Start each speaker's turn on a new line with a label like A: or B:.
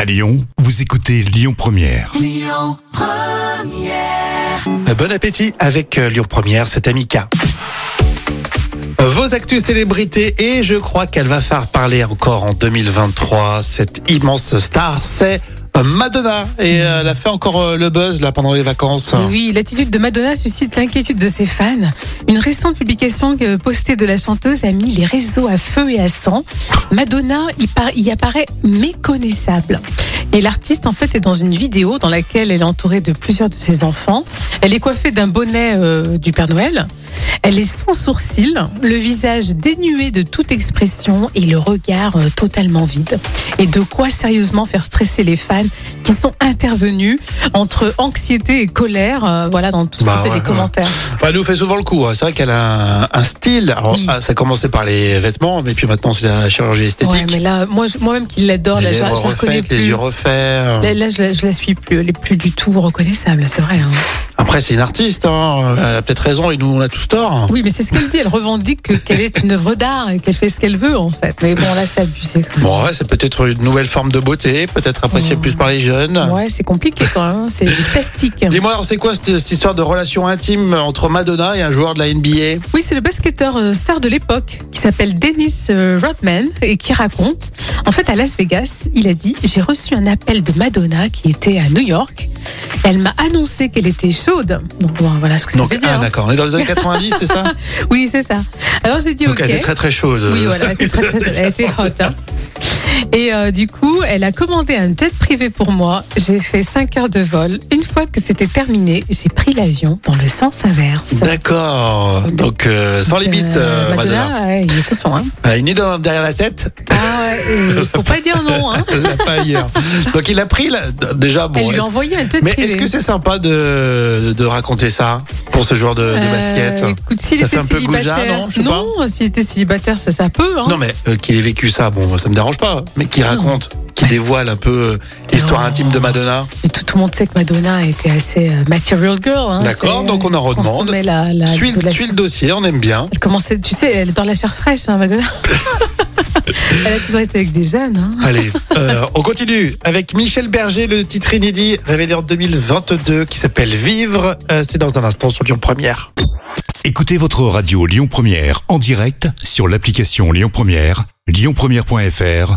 A: À Lyon, vous écoutez Lyon Première.
B: Euh, Bon appétit avec euh, Lyon Première, c'est Amika. Euh, Vos actus célébrités et je crois qu'elle va faire parler encore en 2023. Cette immense star, c'est euh, Madonna et euh, elle a fait encore euh, le buzz là pendant les vacances.
C: Et Oui, l'attitude de Madonna suscite l'inquiétude de ses fans. Une récente publication euh, postée de la chanteuse a mis les réseaux à feu et à sang. Madonna y, par- y apparaît méconnaissable. Et l'artiste, en fait, est dans une vidéo dans laquelle elle est entourée de plusieurs de ses enfants. Elle est coiffée d'un bonnet euh, du Père Noël. Elle est sans sourcils, le visage dénué de toute expression et le regard euh, totalement vide. Et de quoi sérieusement faire stresser les fans qui sont intervenus entre anxiété et colère, euh, voilà, dans tout ce
B: Bah
C: qui était
B: ouais,
C: les
B: ouais.
C: commentaires.
B: Bah, elle nous fait souvent le coup. hein. C'est vrai qu'elle a un, un style. Alors,
C: Oui.
B: ah, ça a commencé par les vêtements, mais puis maintenant c'est la chirurgie esthétique.
C: Ouais, mais là, moi, je- moi-même qui l'adore,
B: les
C: là, je, la-
B: lèvres
C: je la reconnais
B: refaites,
C: plus.
B: les yeux refaits. euh.
C: Là, là, je, la, je la suis plus, elle est plus du tout reconnaissable, c'est vrai. hein.
B: Après, c'est une artiste. hein. Elle a peut-être raison et nous on a tous tort.
C: Oui, mais c'est ce qu'elle dit, elle revendique que- qu'elle est une œuvre d'art et qu'elle fait ce qu'elle veut, en fait. Mais bon, là, c'est abusé. quand même.
B: Bon, ouais, c'est peut-être une nouvelle forme de beauté, peut-être appréciée
C: Oh.
B: plus par les jeunes.
C: Ouais, c'est compliqué, quoi. hein. C'est du plastique.
B: Dis-moi, alors, c'est quoi cette, cette histoire de relation intime entre Madonna et un joueur de la NBA
C: Oui, c'est le basketteur euh, star de l'époque qui s'appelle Dennis euh, Rodman et qui raconte. En fait, à Las Vegas, il a dit J'ai reçu un appel de Madonna qui était à New York. Elle m'a annoncé qu'elle était chaude. Donc, bon, voilà ce que ça
B: Donc,
C: veut dire.
B: ah,
C: hein.
B: d'accord, on est dans les années 90, c'est ça
C: Oui, c'est ça. Alors, j'ai dit
B: Donc,
C: OK.
B: elle était très euh, très chaude.
C: Oui, voilà, elle était, très, très chaude. Elle était hot. hein. Et euh, du coup, elle a commandé un jet privé pour moi. J'ai fait 5 heures de vol. Une fois que c'était terminé, j'ai pris l'avion dans le sens inverse.
B: D'accord, donc euh, sans limite,
C: Euh,
B: euh, Madonna.
C: ouais, il est tout son, hein.
B: Elle a Une idée dans- derrière la tête,
C: Ah ouais, et faut pas dire non, hein.
B: elle l'a pas ailleurs. Donc il a pris, la- déjà, bon.
C: Elle lui
B: est-ce-
C: a envoyé un jet
B: Mais
C: privé.
B: est-ce que c'est sympa de, de raconter ça pour ce joueur de, de basket
C: Euh, écoute, s'il
B: Ça
C: était
B: fait un peu goujat,
C: célibataire,
B: non Je sais
C: s'il était célibataire, ça, ça peut. Hein.
B: Non mais euh, qu'il ait vécu ça, bon, ça me dérange pas, hein, mais qu'il raconte, qu'il
C: Ouais.
B: dévoile un peu euh, l'histoire
C: Non.
B: intime de Madonna.
C: Mais tout, tout le monde sait que Madonna était assez euh, material girl. Hein,
B: D'accord,
C: C'est-
B: donc on en redemande.
C: consommait La, la,
B: suis,
C: de la-
B: suis le dossier, on aime bien.
C: Elle commençait, tu sais, elle est dans la chair fraîche, hein, Madonna. elle a toujours été avec des jeunes. Hein.
B: Allez, euh, on continue avec Michel Berger, le titre inédit révélé en 2022 qui s'appelle Vivre. Euh, C'est dans un instant sur Lyon Première.
A: Écoutez votre radio Lyon Première en direct sur l'application Lyon Première, lyonpremière.fr